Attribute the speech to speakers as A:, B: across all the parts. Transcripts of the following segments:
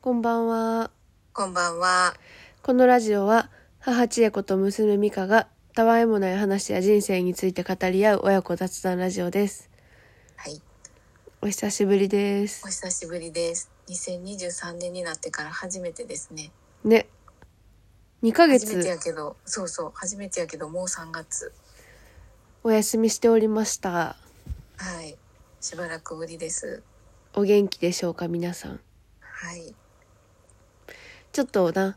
A: こんばんは。
B: こんばんは。
A: このラジオは、母千恵子と娘美香が、たわいもない話や人生について語り合う親子雑談ラジオです。
B: はい。
A: お久しぶりで
B: お
A: す。
B: 久しぶりです。2023年になってから初めてですね。
A: ね。2ヶ
B: 初めて
A: 月
B: やけど、そうそう、初めてやけど、もう3月。
A: お休みしておりました。
B: はい。しばらくぶりです。
A: お元気でしょうか、皆さん。
B: はい。
A: ちょっとな、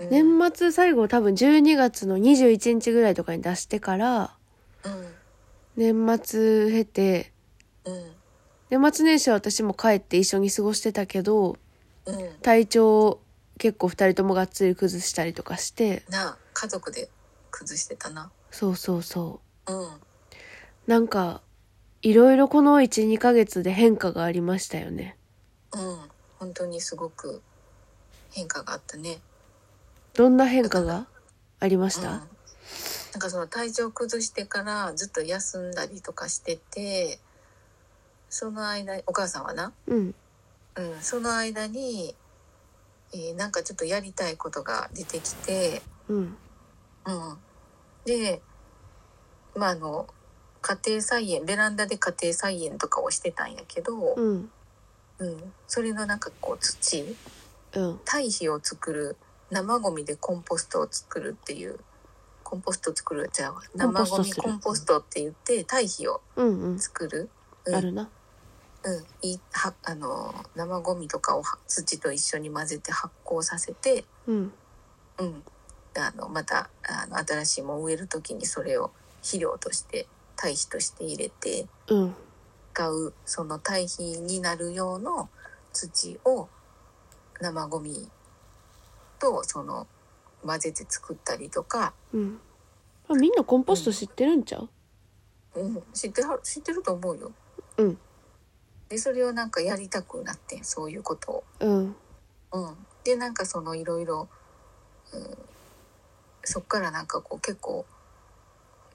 B: うん、
A: 年末最後多分12月の21日ぐらいとかに出してから、年末経て、
B: うん。うん。
A: 年末年始は私も帰って一緒に過ごしてたけど、
B: うん。
A: 体調を結構2人ともがっつり崩したりとかして
B: なあ、家族で崩してたな。
A: そうそうそ
B: うん。
A: うなんかいろいろこの12ヶ月で変化がありましたよね
B: うん。本当にすごく変化があったね。
A: どんな変化がありまし
B: うん
A: た、
B: なんかその体調崩してからずっと休んだりとかしてて、その間に、お母さんはな、
A: うん
B: うん、その間に、えーなんかちょっとやりたいことが出てきて、
A: うん
B: うん、で、まあ、あの家庭菜園ベランダで家庭菜園とかをしてたんやけど
A: う、ん
B: うん、それのなんかこう土
A: うん
B: 堆肥を作る生ゴミでコンポストを作るっていうコンポスト作るじゃあ
A: ンポ
B: 生
A: スト
B: ゴミ
A: する
B: コンポストって言って堆肥を
A: うんうん
B: 作る。うん
A: あるな
B: うん、いはあの生ゴミとかをは土と一緒に混ぜて発酵させて、
A: うん
B: うん、あのまたあの新しいもん植える時にそれを肥料として堆肥として入れて
A: うん
B: 使うその堆肥になる用の土を生ゴミとその混ぜて作ったりとか、
A: うんあみんなコンポスト知ってるんちゃう
B: うん、知っては知ってると思うよ。
A: うん
B: でそれをなんかやりたくなってんそういうことを。
A: うん
B: うん、でなんかそのいろいろうんそっからなんかこう結構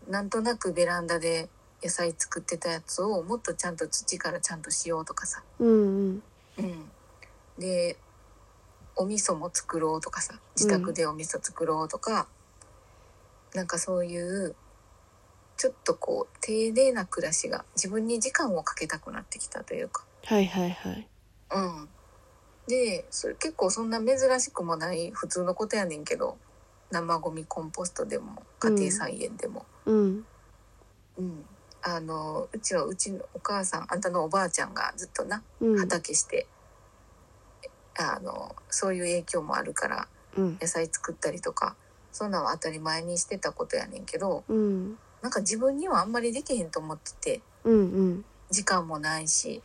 B: なんとなくベランダで野菜作ってたやつをもっとちゃんと土からちゃんとしようとかさ、
A: うんうん
B: うん、でお味噌も作ろうとかさ自宅でお味噌作ろうとか、なんかそういうちょっとこう丁寧な暮らしが自分に時間をかけたくなってきたというか。
A: はいはいはい
B: うん、でそれ結構そんな珍しくもない普通のことやねんけど生ゴミコンポストでも家庭菜園でも、
A: うん
B: うんあのうちはうちのお母さんあんたのおばあちゃんがずっとな
A: うん
B: 畑して、あのそういう影響もあるから
A: うん
B: 野菜作ったりとかそんなんは当たり前にしてたことやねんけど
A: うん
B: なんか自分にはあんまりできへんと思ってて。
A: うんうん
B: 時間もないし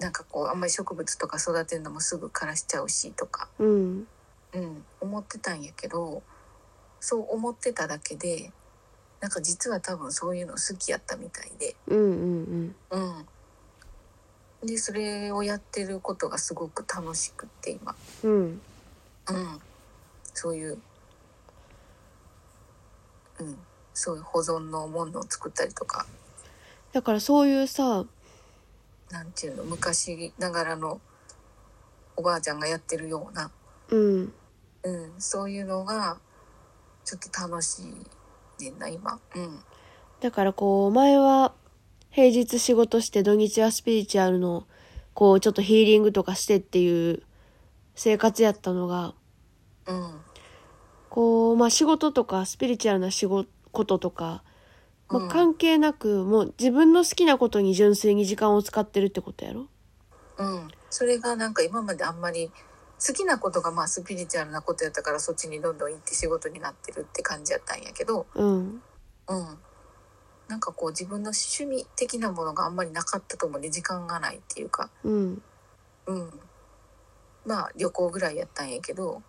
B: なんかこうあんまり植物とか育てるのもすぐ枯らしちゃうしとか、
A: うん
B: うん、思ってたんやけどそう思ってただけでなんか実は多分そういうの好きやったみたいで、
A: うんうん
B: うん、でそれをやってることがすごく楽しくって今、
A: うんうん
B: うん、そういう、うん、そういう保存のものを作ったりとか
A: だからそういうさ
B: なんていうの昔ながらのおばあちゃんがやってるような、
A: うん
B: うん、そういうのがちょっと楽しいねんな今。うん
A: だからこう前は平日仕事して土日はスピリチュアルのこうちょっとヒーリングとかしてっていう生活やったのが
B: うん
A: こうまあ仕事とかスピリチュアルな仕事こととか、ま
B: う
A: あ、
B: ん
A: 関係なくもう自分の好きなことに純粋に時間を使ってるってことやろ
B: うん、それがなんか今まであんまり好きなことがまあスピリチュアルなことやったからそっちにどんどん行って仕事になってるって感じやったんやけど、
A: うん
B: うん、なんかこう自分の趣味的なものがあんまりなかったと思うね時間がないっていうか、
A: うん
B: うん、まあ旅行ぐらいやったんやけど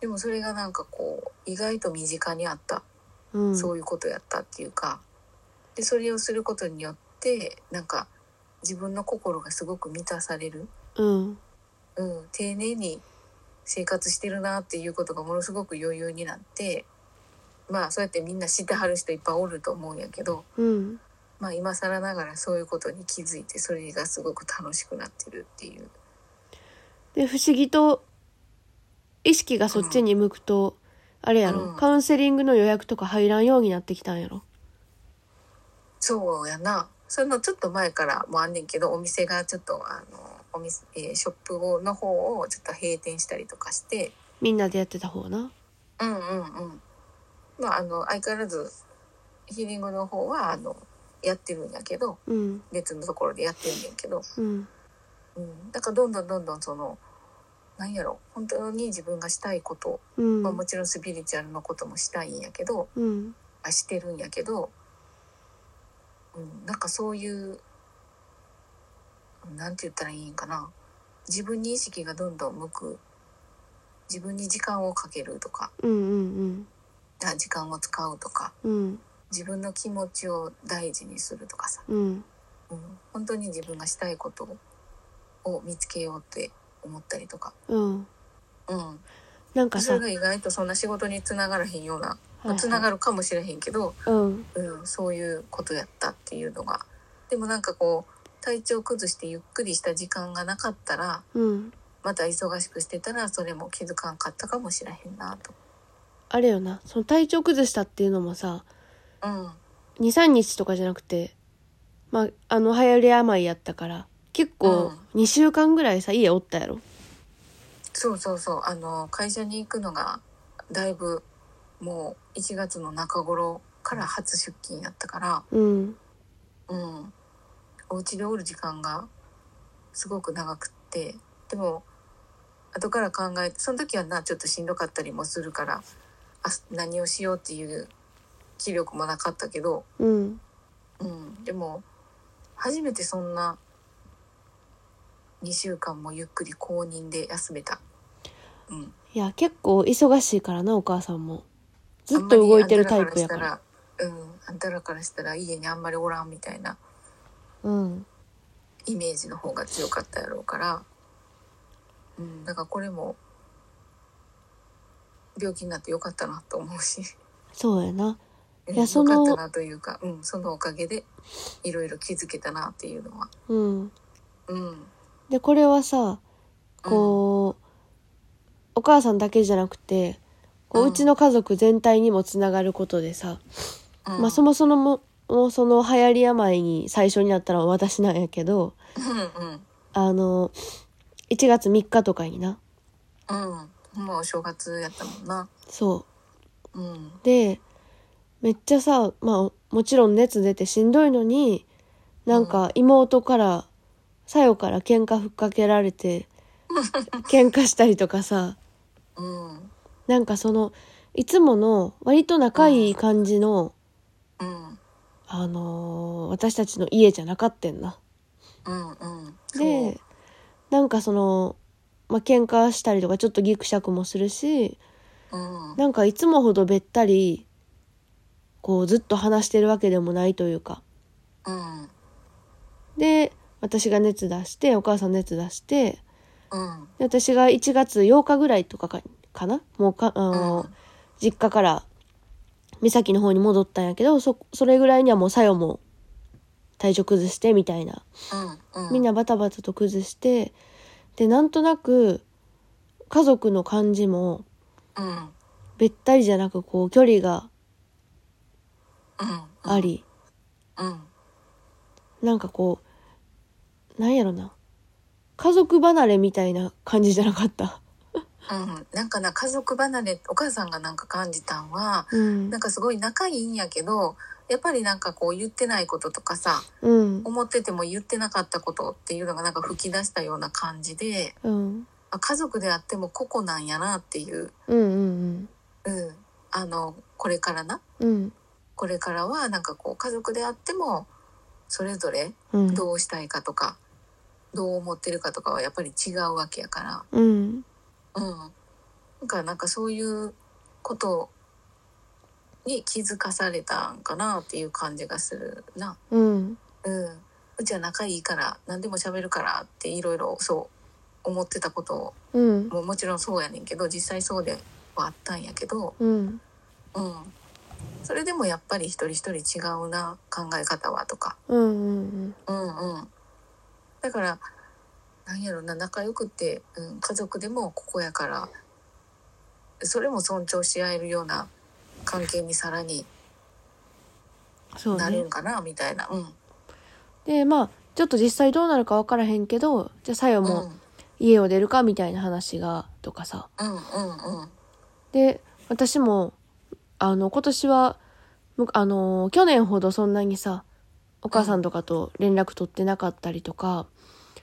B: でもそれがなんかこう意外と身近にあった、
A: うん
B: そういうことやったっていうかでそれをすることによってなんか自分の心がすごく満たされる、
A: うん
B: うん、丁寧に生活してるなっていうことがものすごく余裕になってまあそうやってみんな知ってはる人いっぱいおると思うんやけど、
A: うん
B: まあ、今更ながらそういうことに気づいてそれがすごく楽しくなってるっていう
A: で不思議と意識がそっちに向くと、あれやろ、
B: うん
A: カウンセリングの予約とか入らんようになってきたんやろ
B: そうやなそのちょっと前からもあんねんけどお店がちょっとあのお店、えーショップをの方をちょっと閉店したりとかして
A: みんなでやってた方な
B: うんうんうんまああの相変わらずヒーリングの方はあのやってるんやけど
A: うん
B: 別のところでやってるんやけど、
A: うん
B: うん、だからどんどんどんどんそのなんやろ本当に自分がしたいこと、
A: う
B: まあ、
A: ん
B: もちろんスピリチュアルのこともしたいんやけど、
A: うん
B: はしてるんやけど、うん、なんかそういうなんて言ったらいいんかな自分に意識がどんどん向く自分に時間をかけるとか
A: うんうん
B: あ時間を使うとか
A: うんうん
B: 自分の気持ちを大事にするとかさ、
A: うん
B: うん、本当に自分がしたいことを見つけようって思ったりとか、
A: うん
B: うん、
A: なんか
B: そ
A: さ
B: れが意外とそんな仕事につながらへんような、まあ、つながるかもしれへんけど、
A: うん
B: うん、そういうことやったっていうのがでもなんかこう体調崩してゆっくりした時間がなかったら
A: うん
B: また忙しくしてたらそれも気づかんかったかもしれへんなと。
A: あれよなその体調崩したっていうのもさ
B: うん、
A: 23日とかじゃなくてまああの流行り病やったから結構2週間ぐらいさ家おったやろ
B: そうそうそうあの会社に行くのがだいぶもう1月の中頃から初出勤やったか
A: うん
B: ら、うん、お家でおる時間がすごく長くってでも後から考えてその時はなちょっとしんどかったりもするからあ何をしようっていう気力もなかったけど、
A: うん
B: うん、でも初めてそんな2週間もゆっくり公認で休めた。うん
A: いや結構忙しいからなお母さんもずっと動いてるタイプやから
B: あんまりあんたらからしたらうんあんたらからしたら家にあんまりおらんみたいな
A: うん
B: イメージの方が強かったやろうからうんだからこれも病気になってよかったなと思うし
A: そうやな
B: う
A: い
B: ん
A: やその
B: よかったなというか、うん、そのおかげでいろいろ気づけたなっていうのは
A: うん
B: うん
A: でこれはさこう、お母さんだけじゃなくてこう
B: うん
A: うちの家族全体にもつながることでさ、
B: うん
A: まあ、そもそももその流行り病に最初になったのは私なんやけど
B: うんうん
A: あの1月3日とかにな
B: うんほんまお正月やったもんな
A: そ
B: うん
A: うでめっちゃさ、まあ、もちろん熱出てしんどいのになんか妹からさよから喧嘩ふっかけられて喧嘩したりとかさ
B: うん
A: なんかそのいつもの割と仲いい感じの、
B: うん
A: あのー私たちの家じゃなかったんな。
B: うんうん
A: でなんかその、まあ、喧嘩したりとかちょっとギクシャクもするし
B: そううん
A: なんかいつもほどべったりこうずっと話してるわけでもないというか。
B: うん
A: で私が熱出してお母さん熱出して
B: うん
A: で私が1月8日ぐらいとかかかなもうかあの、
B: うん
A: 実家から三崎の方に戻ったんやけどそそれぐらいにはもうさよも体調崩してみたいな
B: うんうん
A: みんなバタバタと崩してでなんとなく家族の感じも
B: うん
A: べったりじゃなくこう距離が
B: うん
A: あり、
B: うん
A: なんかこうなんやろな家族離れみたいな感じじゃなかった。
B: うん、なんかな家族離れお母さんがなんか感じたんは
A: うん
B: なんかすごい仲いいんやけどやっぱりなんかこう言ってないこととかさ
A: うん
B: 思ってても言ってなかったことっていうのがなんか吹き出したような感じで
A: うん
B: あ家族であっても個々なんやなっていう、
A: うんうん
B: うん、あのこれからな
A: うん
B: これからはなんかこう家族であってもそれぞれ
A: うん
B: どうしたいかとかどう思ってるかとかはやっぱり違うわけやから。
A: うん
B: うん。だからなんかそういうことに気づかされたんかなっていう感じがするな。
A: うん
B: うん。うちは仲いいから何でも喋るからっていろいろそう思ってたこと
A: うん
B: ももちろんそうやねんけど実際そうではあったんやけど、
A: うん
B: うん。それでもやっぱり一人一人違うな考え方はとか。
A: うんうん
B: うんうん。だからなんやろな仲良くて、うん、家族でもここやからそれも尊重し合えるような関係にさらに
A: そう
B: なる
A: ね
B: んかな、みたいな。うん
A: でまあちょっと実際どうなるか分からへんけどじゃあさよ
B: うん
A: も家を出るかみたいな話がとかさ
B: うんうんうん
A: で私もあの今年はむあの去年ほどそんなにさお母さんとかと連絡取ってなかったりとか、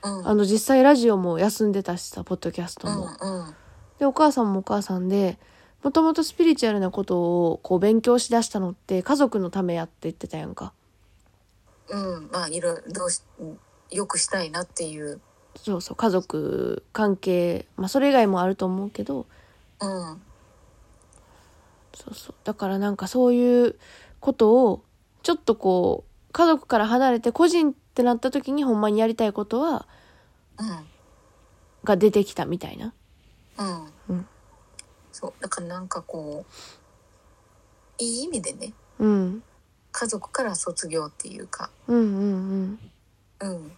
B: うん
A: あの実際ラジオも休んでたしさポッドキャスト
B: う
A: も、
B: んうん
A: でお母さんもお母さんでもともとスピリチュアルなことをこう勉強しだしたのって家族のためやって言ってたやんか
B: うんまあいろいろどうしよくしたいなっていう。
A: そうそう家族関係、まあ、それ以外もあると思うけど
B: うん
A: そうそうだからなんかそういうことをちょっとこう家族から離れて個人ってなった時にほんまにやりたいことは
B: うん
A: が出てきたみたいな
B: うん
A: うん
B: そうだからなんかこういい意味でね
A: うん
B: 家族から卒業っていうか、
A: うんうん
B: うん、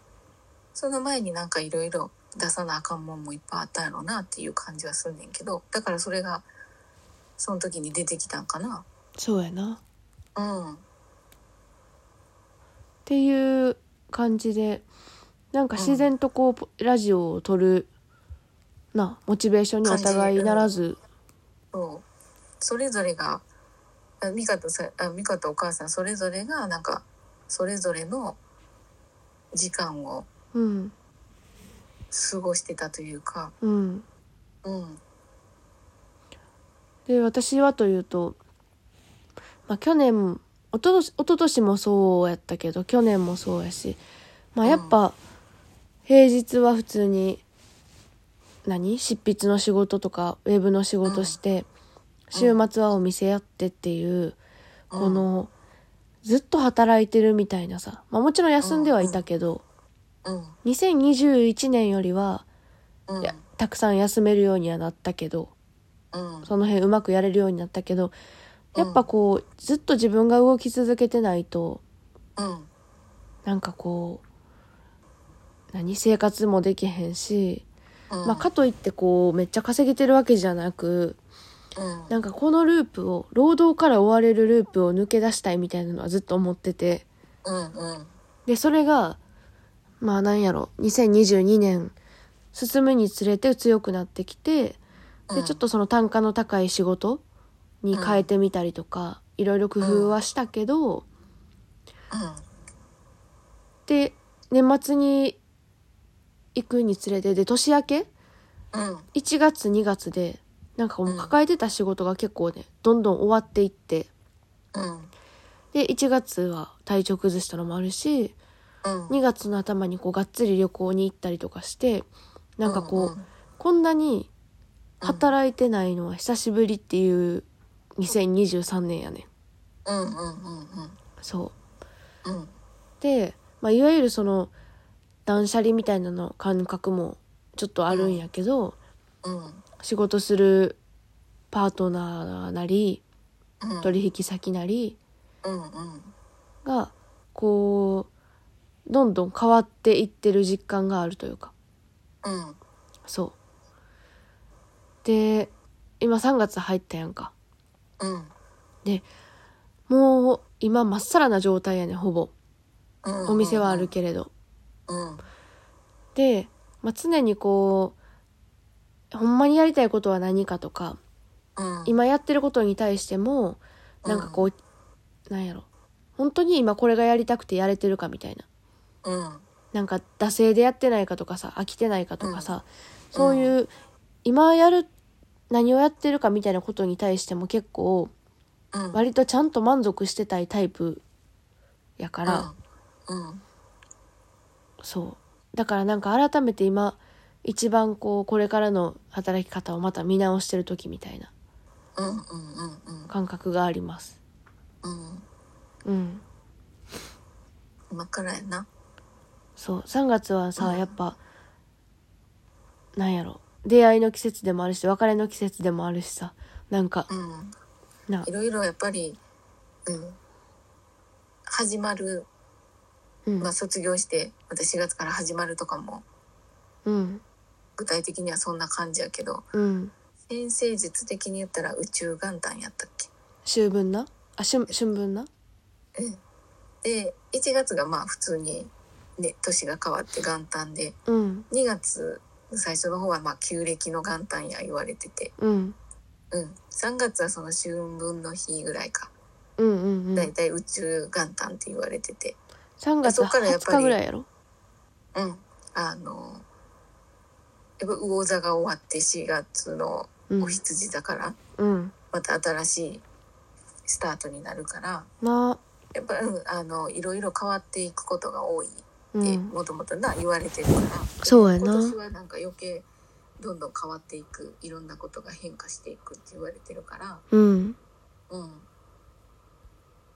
B: その前になんかいろいろ出さなあかんもんもいっぱいあったやろなっていう感じはすんねんけどだからそれがその時に出てきたんかな。
A: そうやなっ
B: うん
A: ていう感じでなんか自然とこう、ポラジオを撮るなモチベーションにお互いならず
B: そうそれぞれがあ美香とさあ美香とお母さんそれぞれがなんかそれぞれの時間を
A: うん
B: 過ごしてたというか、
A: うん
B: うん、
A: で私はというと、まあ、去年おととし一昨年もそうやったけど去年もそうやし、まあ、やっぱ平日は普通に何執筆の仕事とかウェブの仕事して週末はお店やってっていう
B: うん
A: このずっと働いてるみたいなさ、まあ、もちろん休んではいたけど
B: うん
A: 2021年よりは
B: うん
A: いやたくさん休めるようにはなったけど。
B: うん
A: その辺うまくやれるようになったけどやっぱこう、ずっと自分が動き続けてないと
B: うん
A: なんかこう何生活もできへんし、
B: うん
A: まあ、かといってこうめっちゃ稼げてるわけじゃなく
B: うん
A: なんかこのループを労働から追われるループを抜け出したいみたいなのはずっと思ってて
B: うんうん
A: でそれがまあなんやろ2022年進むにつれて強くなってきてでちょっとその単価の高い仕事に変えてみたりとか、いろいろ工夫はしたけど、で年末に行くにつれてで年明け
B: うんうん
A: 1月2月でなんかも
B: う
A: うん抱えてた仕事が結構ねどんどん終わっていって
B: うん
A: で1月は体調崩したのもあるし
B: うん
A: 2月の頭にこうがっつり旅行に行ったりとかしてなんかこう、
B: うんうん
A: こんなに働いてないのは久しぶりっていう2023年やね
B: うんうんうん
A: そう
B: うんうん
A: で、まあ、いわゆるその断捨離みたいなの感覚もちょっとあるんやけど、
B: うん
A: 仕事するパートナーなり
B: うん
A: 取引先なり
B: うんうん
A: がこうどんどん変わっていってる実感があるというか
B: うん
A: そうで今3月入ったやんか
B: うん
A: もう今まっさらな状態やねほぼ
B: うん
A: お店はあるけれど
B: うん
A: で、まあ、常にこうほんまにやりたいことは何かとか
B: うん
A: 今やってることに対してもなんかこう、なんやろ本当に今これがやりたくてやれてるかみたいな
B: うん
A: なんか惰性でやってないかとかさ飽きてないかとかさ、そういう今やる何をやってるかみたいなことに対しても結構
B: うん
A: 割とちゃんと満足してたいタイプやから、
B: うん
A: そうだからなんか改めて今一番こうこれからの働き方をまた見直してる時みたいな
B: うんうんうんうん
A: 感覚があります
B: う
A: う
B: ん
A: ん
B: 今からやな
A: そう3月はさ、
B: うん
A: やっぱなんやろ出会いの季節でもあるし別れの季節でもあるしさなんか
B: うん
A: ない
B: ろいろやっぱり、うん、始まる、
A: うん
B: まあ、卒業してまた4月から始まるとかも
A: うん
B: 具体的にはそんな感じやけど
A: うん
B: 先生術的に言ったら宇宙元旦やったっけ
A: 秋分なあしゅ春分な
B: うんで1月がまあ普通に、ね、年が変わって元旦で
A: うん
B: 2月最初の方はまあ旧暦の元旦や言われてて、
A: うん
B: うん、3月はその春分の日ぐらいか
A: うんうんう
B: だい
A: ん
B: たい宇宙元旦って言われてて、
A: 3月
B: そっからやっ
A: 20
B: ぱり
A: 日ぐらいやろ
B: うん、あのやっぱ魚座が終わって4月の
A: うん
B: お羊だから、
A: うん
B: また新しいスタートになるから
A: な
B: やっぱ、うん、あのいろいろ変わっていくことが多いっ
A: う
B: て
A: ん
B: もともとな言われてるから。
A: そうや
B: 今
A: な
B: 年はなんか余計どんどん変わっていくいろんなことが変化していくって言われてるから
A: うん
B: うん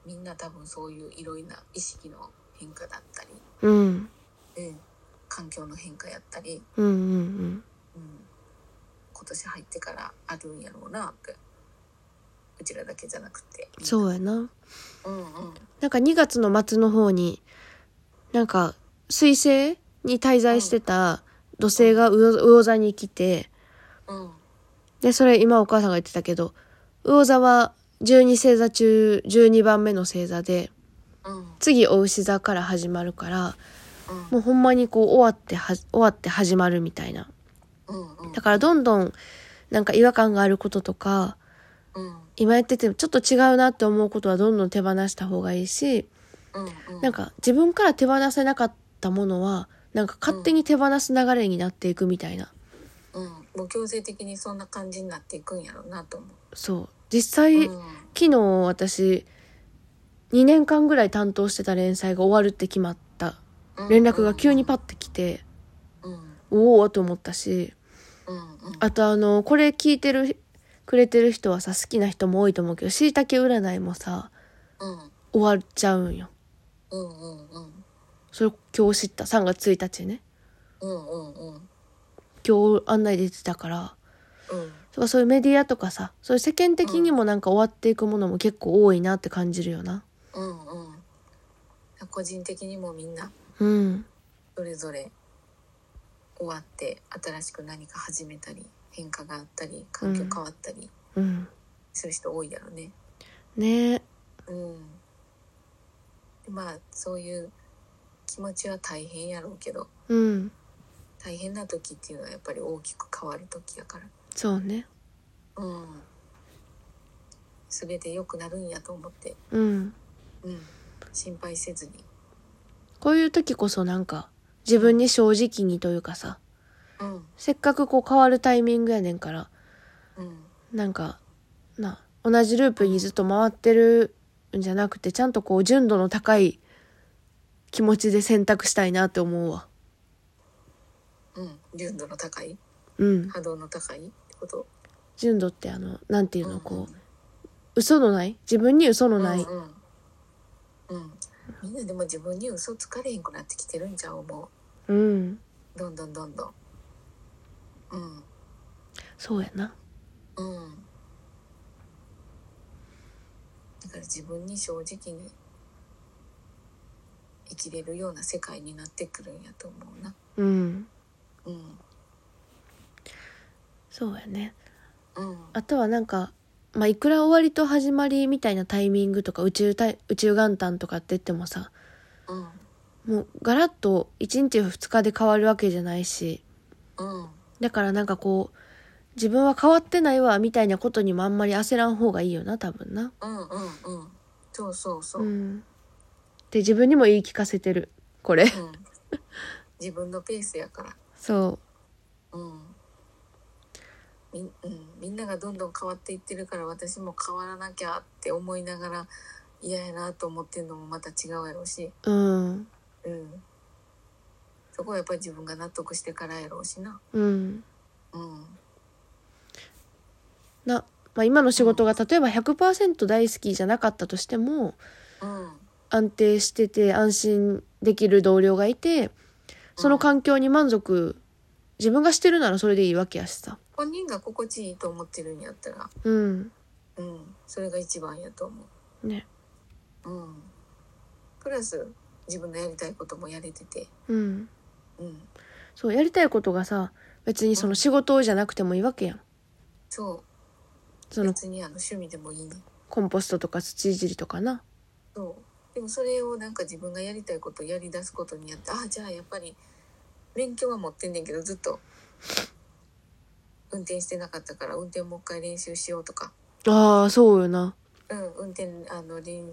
B: みんな多分そういういろいろな意識の変化だった
A: うん
B: り、うん、環境の変化やったり、
A: うんうん
B: うん、今年入ってからあるんやろうなってうちらだけじゃなくて
A: うんそううやな
B: うんうん
A: なんか2月の末の方になんか水星に滞在してた土星が魚魚座に来て
B: うん
A: でそれ今お母さんが言ってたけど魚座は12星座中12番目の星座で
B: うん
A: 次お牛座から始まるから
B: うん
A: もうほんまにこう終わっては終わって始まるみたいな
B: うんうん
A: だからどんどんなんか違和感があることとか
B: うん
A: 今やっててちょっと違うなって思うことはどんどん手放した方がいいし
B: うんうん
A: なんか自分から手放せなかったものはなんか勝手に手放す流れになっていくみたいな、
B: うんもう強制的にそんな感じになっていくんやろうなと思う。
A: そう実際、
B: うん
A: 昨日私2年間ぐらい担当してた連載が終わるって決まった連絡が急にパッて来て、
B: うん
A: おおと思ったし
B: うんうん
A: あとあのこれ聞いてるくれてる人はさ好きな人も多いと思うけどしいたけ占いもさ
B: うん
A: 終わっちゃうんよ
B: うんうんうん
A: それ今日知った3月1日ね
B: うんうんうん
A: 今日案内出てたから
B: うん
A: とかそういうメディアとかさそういう世間的にもなんか終わっていくものも結構多いなって感じるよな
B: うんうん個人的にもみんな
A: うん
B: それぞれ終わって新しく何か始めたり変化があったり環境変わったり
A: うん
B: する人多いやろね。
A: ねえ
B: うん、でまあそういう気持ちは大変やろうけど
A: うん
B: 大変な時っていうのはやっぱり大きく変わる時やから。
A: そうね
B: うん全て良くなるんやと思って
A: うん
B: うん、心配せずに。
A: こういう時こそなんか自分に正直にというかさ
B: うん、
A: せっかくこう変わるタイミングやねんから
B: うん、
A: なんかな同じループにずっと回ってるんじゃなくてちゃんとこう純度の高い気持ちで選択したいなって思うわ
B: うん、純度の高い、
A: うん
B: 波動の高いってこと。
A: 純度ってあのなんていう
B: うん
A: のこう嘘のない自分に嘘の
B: うん、
A: ない、
B: うん、うん。うんみんなでも自分に嘘つかれへんくなってきてるんちゃう思
A: うん
B: う。どんどんどんどん。うん、
A: そうやな
B: うん。だから自分に正直に。生きれるような世界になってくるんやと思うな。
A: うん
B: うん、
A: そうやね
B: うん、
A: あとはなんか、まあ、いくら終わりと始まりみたいなタイミングとか宇宙た宇宙元旦とかって言ってもさ
B: うん、
A: もうガラッと1日2日で変わるわけじゃないし
B: うん、
A: だからなんかこう自分は変わってないわみたいなことにもあんまり焦らん方がいいよな多分な
B: うん、うん、うん。そうそうそうう。
A: んで自分にも言い聞かせてるこれ
B: うん、自分のペースやから、
A: そ
B: うんみんうん、みんながどんどん変わっていってるから私も変わらなきゃって思いながら嫌やなと思ってるのもまた違うやろうし、
A: ううん
B: うん、そこはやっぱり自分が納得してからやろうしな。
A: うん
B: うん
A: な、まあ、今の仕事が例えば100%大好きじゃなかったとしても
B: うん
A: 安定してて安心できる同僚がいてその環境に満足自分がしてるならそれでいいわけやしさ
B: 本人が心地いいと思ってるんやったら、
A: うん
B: うん、それが一番やと思
A: ね
B: う。うん、プラス自分のやりたいこともやれてて、
A: うん
B: うん、
A: そうやりたいことがさ別にその仕事じゃなくてもいいわけやん
B: そ
A: そうの
B: 別にあの趣味でもいいね
A: コンポストとか土いじりとかな
B: そうでもそれをなんか自分がやりたいことをやりだすことによってああじゃあやっぱり免許は持ってんねんけどずっと運転してなかったから運転もう一回練習しようとか
A: ああそうよな
B: うん運転あの練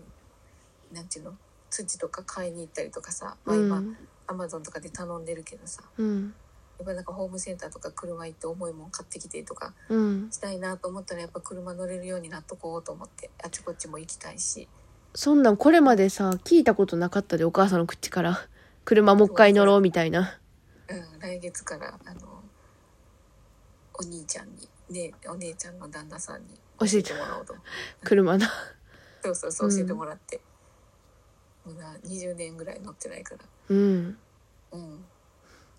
B: なんていうの土とか買いに行ったりとかさ、ま
A: う
B: あ、今
A: ん
B: アマゾンとかで頼んでるけどさ
A: うん
B: やっぱなんかホームセンターとか車行って重いもん買ってきてとか
A: うん
B: したいなと思ったらやっぱ車乗れるようになっとこうと思ってあちこちも行きたいし
A: そんなんこれまでさ聞いたことなかったでお母さんの口から 車もう一回乗ろうみたいな
B: うん、来月からあのお兄ちゃんに、ね、お姉ちゃんの旦那さんに
A: 教えて
B: もらおうと思って
A: 車な
B: そうそうそう教えてもらって、もうな20年ぐらい乗ってないから
A: うん
B: うん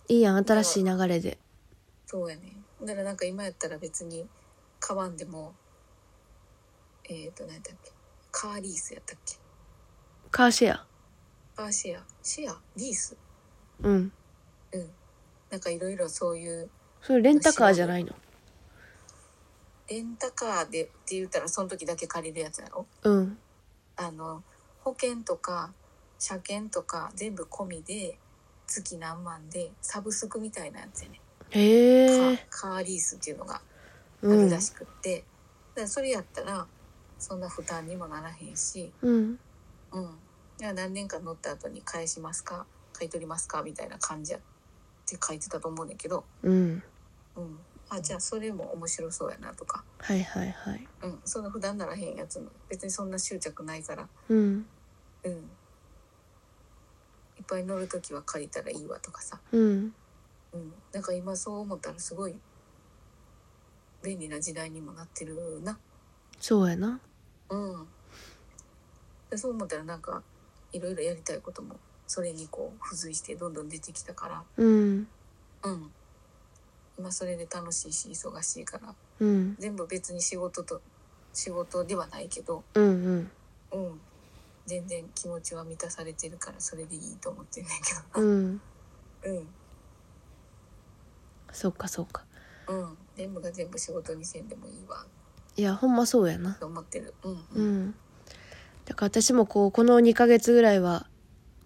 A: いいやん新しい流れで
B: そうやねだからなんか今やったら別に買わんでもえっ、ー、と何やったっけカーリースやったっけ
A: カーシェア
B: カーシェアシェアリース
A: うん
B: うんなんかいろいろそういう
A: それレンタカーじゃないの
B: レンタカーでって言ったらその時だけ借りるやつやろ
A: うん
B: あの保険とか車検とか全部込みで月何万でサブスクみたいなやつやね、
A: へ
B: カ
A: え
B: カーリースっていうのがあ
A: う
B: る
A: ん
B: らしくって、だからそれやったらそんな負担にもならへんし、
A: うん
B: うん、じゃあ何年間乗った後に返しますか買い取りますかみたいな感じやって書いてたと思うねんだけど、
A: うん
B: うん、あじゃあそれも面白そうやなとか、
A: はいはいはい
B: うん、そんな負担ならへんやつも別にそんな執着ないから
A: うん
B: うん、いっぱい乗る時は借りたらいいわとかさ、
A: うん
B: うん、なんか今そう思ったらすごい便利な時代にもなってるな
A: そうやな
B: うんでそう思ったらなんかいろいろやりたいこともそれにこう付随してどんどん出てきたか
A: うん
B: らうん今それで楽しいし忙しいから
A: うん
B: 全部別に仕事と仕事ではないけど
A: うんうん
B: うん全然気持ちは満たされてるからそれでいいと思ってんねんけど
A: うん
B: うん
A: そうかそうか
B: うん、全部が全部仕事にせんでもいいわ
A: いやほんまそうやな
B: と思ってる。うん、
A: う
B: うん、
A: んだから私もこうこの2ヶ月ぐらいは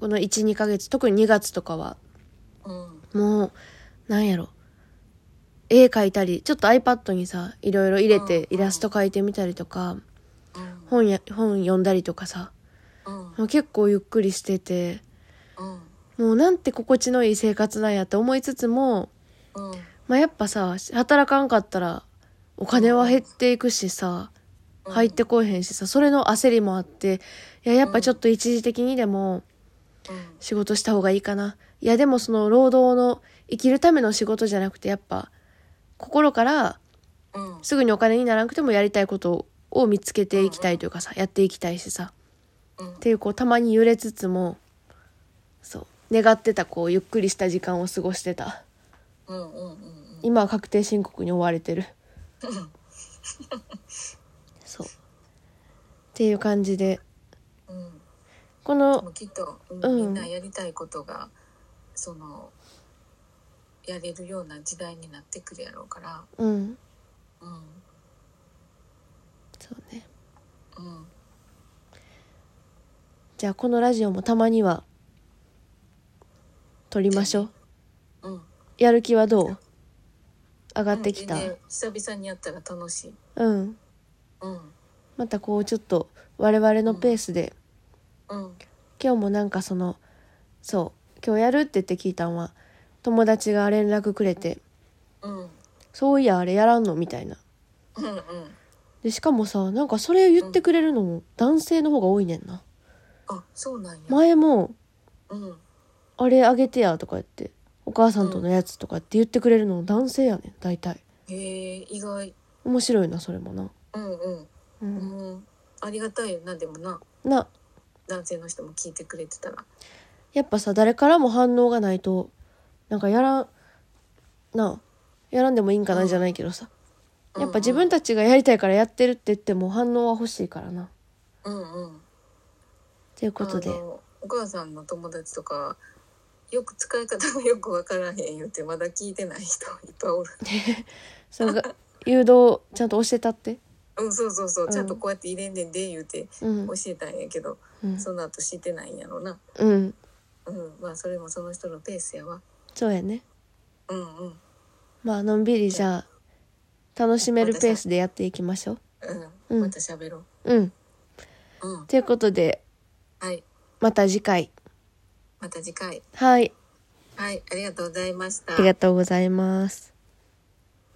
A: この12ヶ月特に2月とかは
B: うん、
A: もうなんやろ絵描いたりちょっと iPad にさいろいろ入れ
B: うん
A: てイラスト描いてみたりとか
B: うん、
A: 本や本読んだりとかさ
B: うん、
A: もう結構ゆっくりしてて
B: うん、
A: もうなんて心地のいい生活なんやって思いつつも、
B: うん、
A: まあ、やっぱさ働かんかったらお金は減っていくしさ
B: うん
A: 入ってこえへんしさそれの焦りもあっていややっぱちょっと一時的にでも
B: うん、
A: 仕事した方がいいかないやでもその労働の生きるための仕事じゃなくてやっぱ心から
B: うん、
A: すぐにお金にならなくてもやりたいことを見つけていきたいというかさやっていきたいしさ
B: うん
A: っ、ていうこうたまに揺れつつもそう願ってたこうゆっくりした時間を過ごしてた
B: うん、うん、うん、
A: 今は確定申告に追われ てるそうっていう感じで
B: うん、
A: こ
B: で
A: の
B: もきっと、うん
A: うん
B: みんなやりたいことが、その。やれるような時代になってくるやろうから。
A: うん
B: うん、
A: そうね
B: うん、
A: じゃあこのラジオもたまには撮りましょう
B: うん、
A: やる気はどう上がってきた
B: うん全然久々にやったら楽しい。
A: うん
B: うん、
A: またこうちょっと我々のペースで
B: うん、
A: 今日もなんかそのそう今日やるって言って聞いたんは友達が連絡くれて
B: うん、
A: 「そういやあれやらんの?」みたいな
B: うん、うん。
A: でしかもさなんかそれ言ってくれるのも男性の方が多いねんな
B: あ、そうなんや。
A: 前も
B: うん、
A: 「あれあげてや」とか言って「お母さんとのやつ」とかって言ってくれるのも男性やねん大体
B: へえ、意外。
A: 面白いなそれもな
B: うん、うん。
A: うん
B: うん、ありがたいよなでもな
A: な
B: 男性の人も聞いてくれてたら
A: やっぱさ誰からも反応がないとなんかやらんなあやらんでもいいんかなじゃないけどさ、やっぱ自分たちがやりたいからやってるって言っても反応は欲しいからな。
B: うんうん
A: ということで
B: あのお母さんの友達とかよく使い方がよくわからへん言うてまだ聞いてない人いっぱい おる。
A: そうが誘導ちゃんと教えたって
B: うんそうそうそううんちゃんとこうやって入れんでんで言うて
A: うん
B: 教えたんやけど、
A: うん
B: その後知ってないんやろな。
A: うん
B: うんまあそれもその人のペースやわ。
A: そうやね
B: うんうん
A: まあのんびりじゃあ楽しめるペースでやっていきましょう
B: う
A: うん
B: んまた喋ろ
A: うん
B: う。うん
A: ということで
B: はい
A: また次回
B: また次回
A: はい
B: はいありがとうございました。
A: ありがとうございます